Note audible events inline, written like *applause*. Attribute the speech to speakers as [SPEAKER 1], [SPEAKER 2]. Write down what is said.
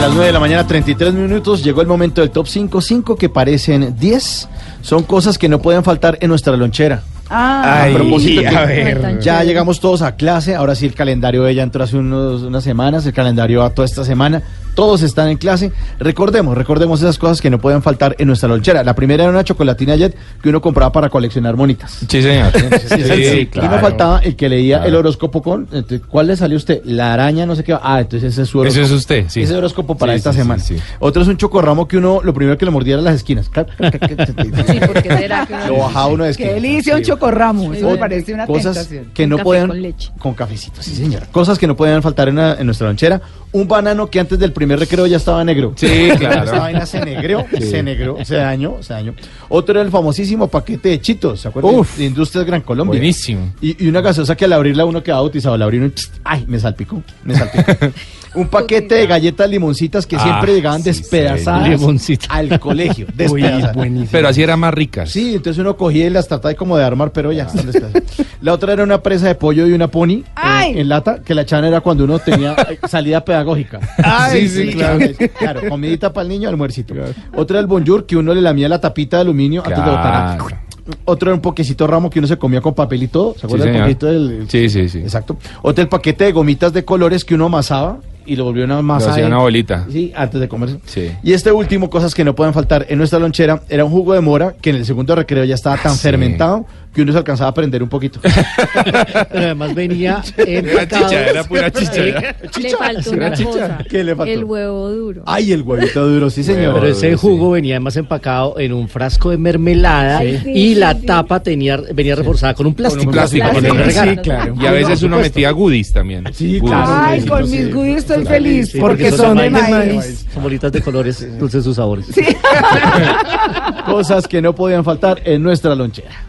[SPEAKER 1] las 9 de la mañana, 33 minutos. Llegó el momento del top 5, 5 que parecen 10. Son cosas que no pueden faltar en nuestra lonchera.
[SPEAKER 2] Ah,
[SPEAKER 1] a propósito, que-
[SPEAKER 3] a ver.
[SPEAKER 1] Ya llegamos todos a clase, ahora sí el calendario de ella entró hace unos- unas semanas, el calendario va toda esta semana, todos están en clase. Recordemos, recordemos esas cosas que no pueden faltar en nuestra lonchera. La primera era una chocolatina jet que uno compraba para coleccionar monitas.
[SPEAKER 3] Sí, señor.
[SPEAKER 1] Y me faltaba el que leía el horóscopo con, entonces, ¿cuál le salió a usted? La araña, no sé qué. Ah, entonces ese es su
[SPEAKER 3] Ese
[SPEAKER 1] horóscopo.
[SPEAKER 3] es usted, sí.
[SPEAKER 1] Ese horóscopo para
[SPEAKER 3] Sí,
[SPEAKER 1] esta
[SPEAKER 3] sí, sí,
[SPEAKER 1] semana.
[SPEAKER 3] sí.
[SPEAKER 1] Otro es un chocorramo que uno, lo primero que le mordía era las esquinas.
[SPEAKER 4] Sí, porque será que
[SPEAKER 1] *laughs* Lo
[SPEAKER 4] uno-
[SPEAKER 1] bajaba uno de
[SPEAKER 2] qué
[SPEAKER 1] esquinas.
[SPEAKER 2] delicia un chocorramo. Eso me
[SPEAKER 4] bueno.
[SPEAKER 2] parece una
[SPEAKER 1] cosas
[SPEAKER 2] tentación.
[SPEAKER 1] que
[SPEAKER 4] Con
[SPEAKER 1] no
[SPEAKER 4] café
[SPEAKER 1] pueden
[SPEAKER 4] con leche.
[SPEAKER 1] con cafecito, sí señora. Cosas que no pueden faltar en, la- en nuestra lonchera. Un banano que antes del primer recreo ya estaba negro. *laughs*
[SPEAKER 3] Sí, claro.
[SPEAKER 1] Esa vaina se negreó,
[SPEAKER 3] Sí.
[SPEAKER 1] se negreó, se dañó, se dañó. Otro era el famosísimo paquete de chitos, ¿se acuerdan?
[SPEAKER 3] Uf.
[SPEAKER 1] de Industrias Gran Colombia.
[SPEAKER 3] Buenísimo.
[SPEAKER 1] Y, y una gaseosa que al abrirla uno quedaba bautizado, al abrir un tss, ay, me salpicó, me salpicó.
[SPEAKER 4] *laughs*
[SPEAKER 1] Un paquete de galletas limoncitas que
[SPEAKER 3] Ah,
[SPEAKER 1] siempre llegaban
[SPEAKER 3] sí,
[SPEAKER 1] despedazadas
[SPEAKER 3] señor.
[SPEAKER 5] Limoncitas.
[SPEAKER 1] al colegio. Despedazadas.
[SPEAKER 3] Pero así era más rica.
[SPEAKER 1] Sí, entonces uno cogía y las trataba como de armar, pero ya. están despedazadas. La otra era una presa de pollo y una pony eh,
[SPEAKER 2] ¡Ay!
[SPEAKER 1] en lata, que la chan era cuando uno tenía eh, salida pedagógica.
[SPEAKER 3] Ay, sí, sí, claro.
[SPEAKER 1] Claro, comidita para el niño, almuercito. Otra era el bonjour, que uno le lamía la tapita de aluminio antes de botar.
[SPEAKER 3] Claro.
[SPEAKER 1] Otro era un poquecito ramo que uno se comía con papel y todo. ¿Se acuerdan del
[SPEAKER 3] señor.
[SPEAKER 1] poquito del...?
[SPEAKER 3] Sí, sí, sí.
[SPEAKER 1] Exacto. Otro el paquete de gomitas de colores que uno amasaba y lo volvió una masa.
[SPEAKER 3] Lo hacía
[SPEAKER 1] de-
[SPEAKER 3] una bolita.
[SPEAKER 1] Sí, antes de comerse.
[SPEAKER 3] Sí.
[SPEAKER 1] Y este último, cosas que no pueden faltar en nuestra lonchera, era un jugo de mora que en el segundo recreo ya estaba tan
[SPEAKER 3] sí.
[SPEAKER 1] fermentado que uno se alcanzaba a prender un poquito.
[SPEAKER 5] Pero
[SPEAKER 3] *laughs*
[SPEAKER 5] además venía en pecado.
[SPEAKER 3] pura
[SPEAKER 4] Le faltó una cosa.
[SPEAKER 1] ¿Qué le faltó?
[SPEAKER 4] El huevo duro.
[SPEAKER 1] Ay, el huevito duro, sí, señor.
[SPEAKER 5] Pero ese
[SPEAKER 3] Sí.
[SPEAKER 5] jugo venía además empacado en un frasco de mermelada
[SPEAKER 4] Sí. Sí,
[SPEAKER 5] y la
[SPEAKER 4] sí, sí.
[SPEAKER 5] tapa tenía, venía reforzada con un plástico.
[SPEAKER 3] Con un plástico,
[SPEAKER 5] para que no
[SPEAKER 3] sí,
[SPEAKER 5] regara.
[SPEAKER 4] sí, claro.
[SPEAKER 3] Y a veces uno metía goodies también.
[SPEAKER 1] Sí,
[SPEAKER 3] Goodies.
[SPEAKER 1] claro.
[SPEAKER 2] Ay,
[SPEAKER 1] Sí,
[SPEAKER 2] con
[SPEAKER 1] sí,
[SPEAKER 2] mis
[SPEAKER 1] sí.
[SPEAKER 2] goodies estoy
[SPEAKER 1] Sí,
[SPEAKER 2] feliz
[SPEAKER 5] Sí,
[SPEAKER 2] porque
[SPEAKER 5] esos
[SPEAKER 2] son de
[SPEAKER 5] amarillos,
[SPEAKER 2] maíz.
[SPEAKER 5] Son bolitas de colores, dulces sus sabores.
[SPEAKER 1] Cosas que no podían faltar en nuestra lonchera.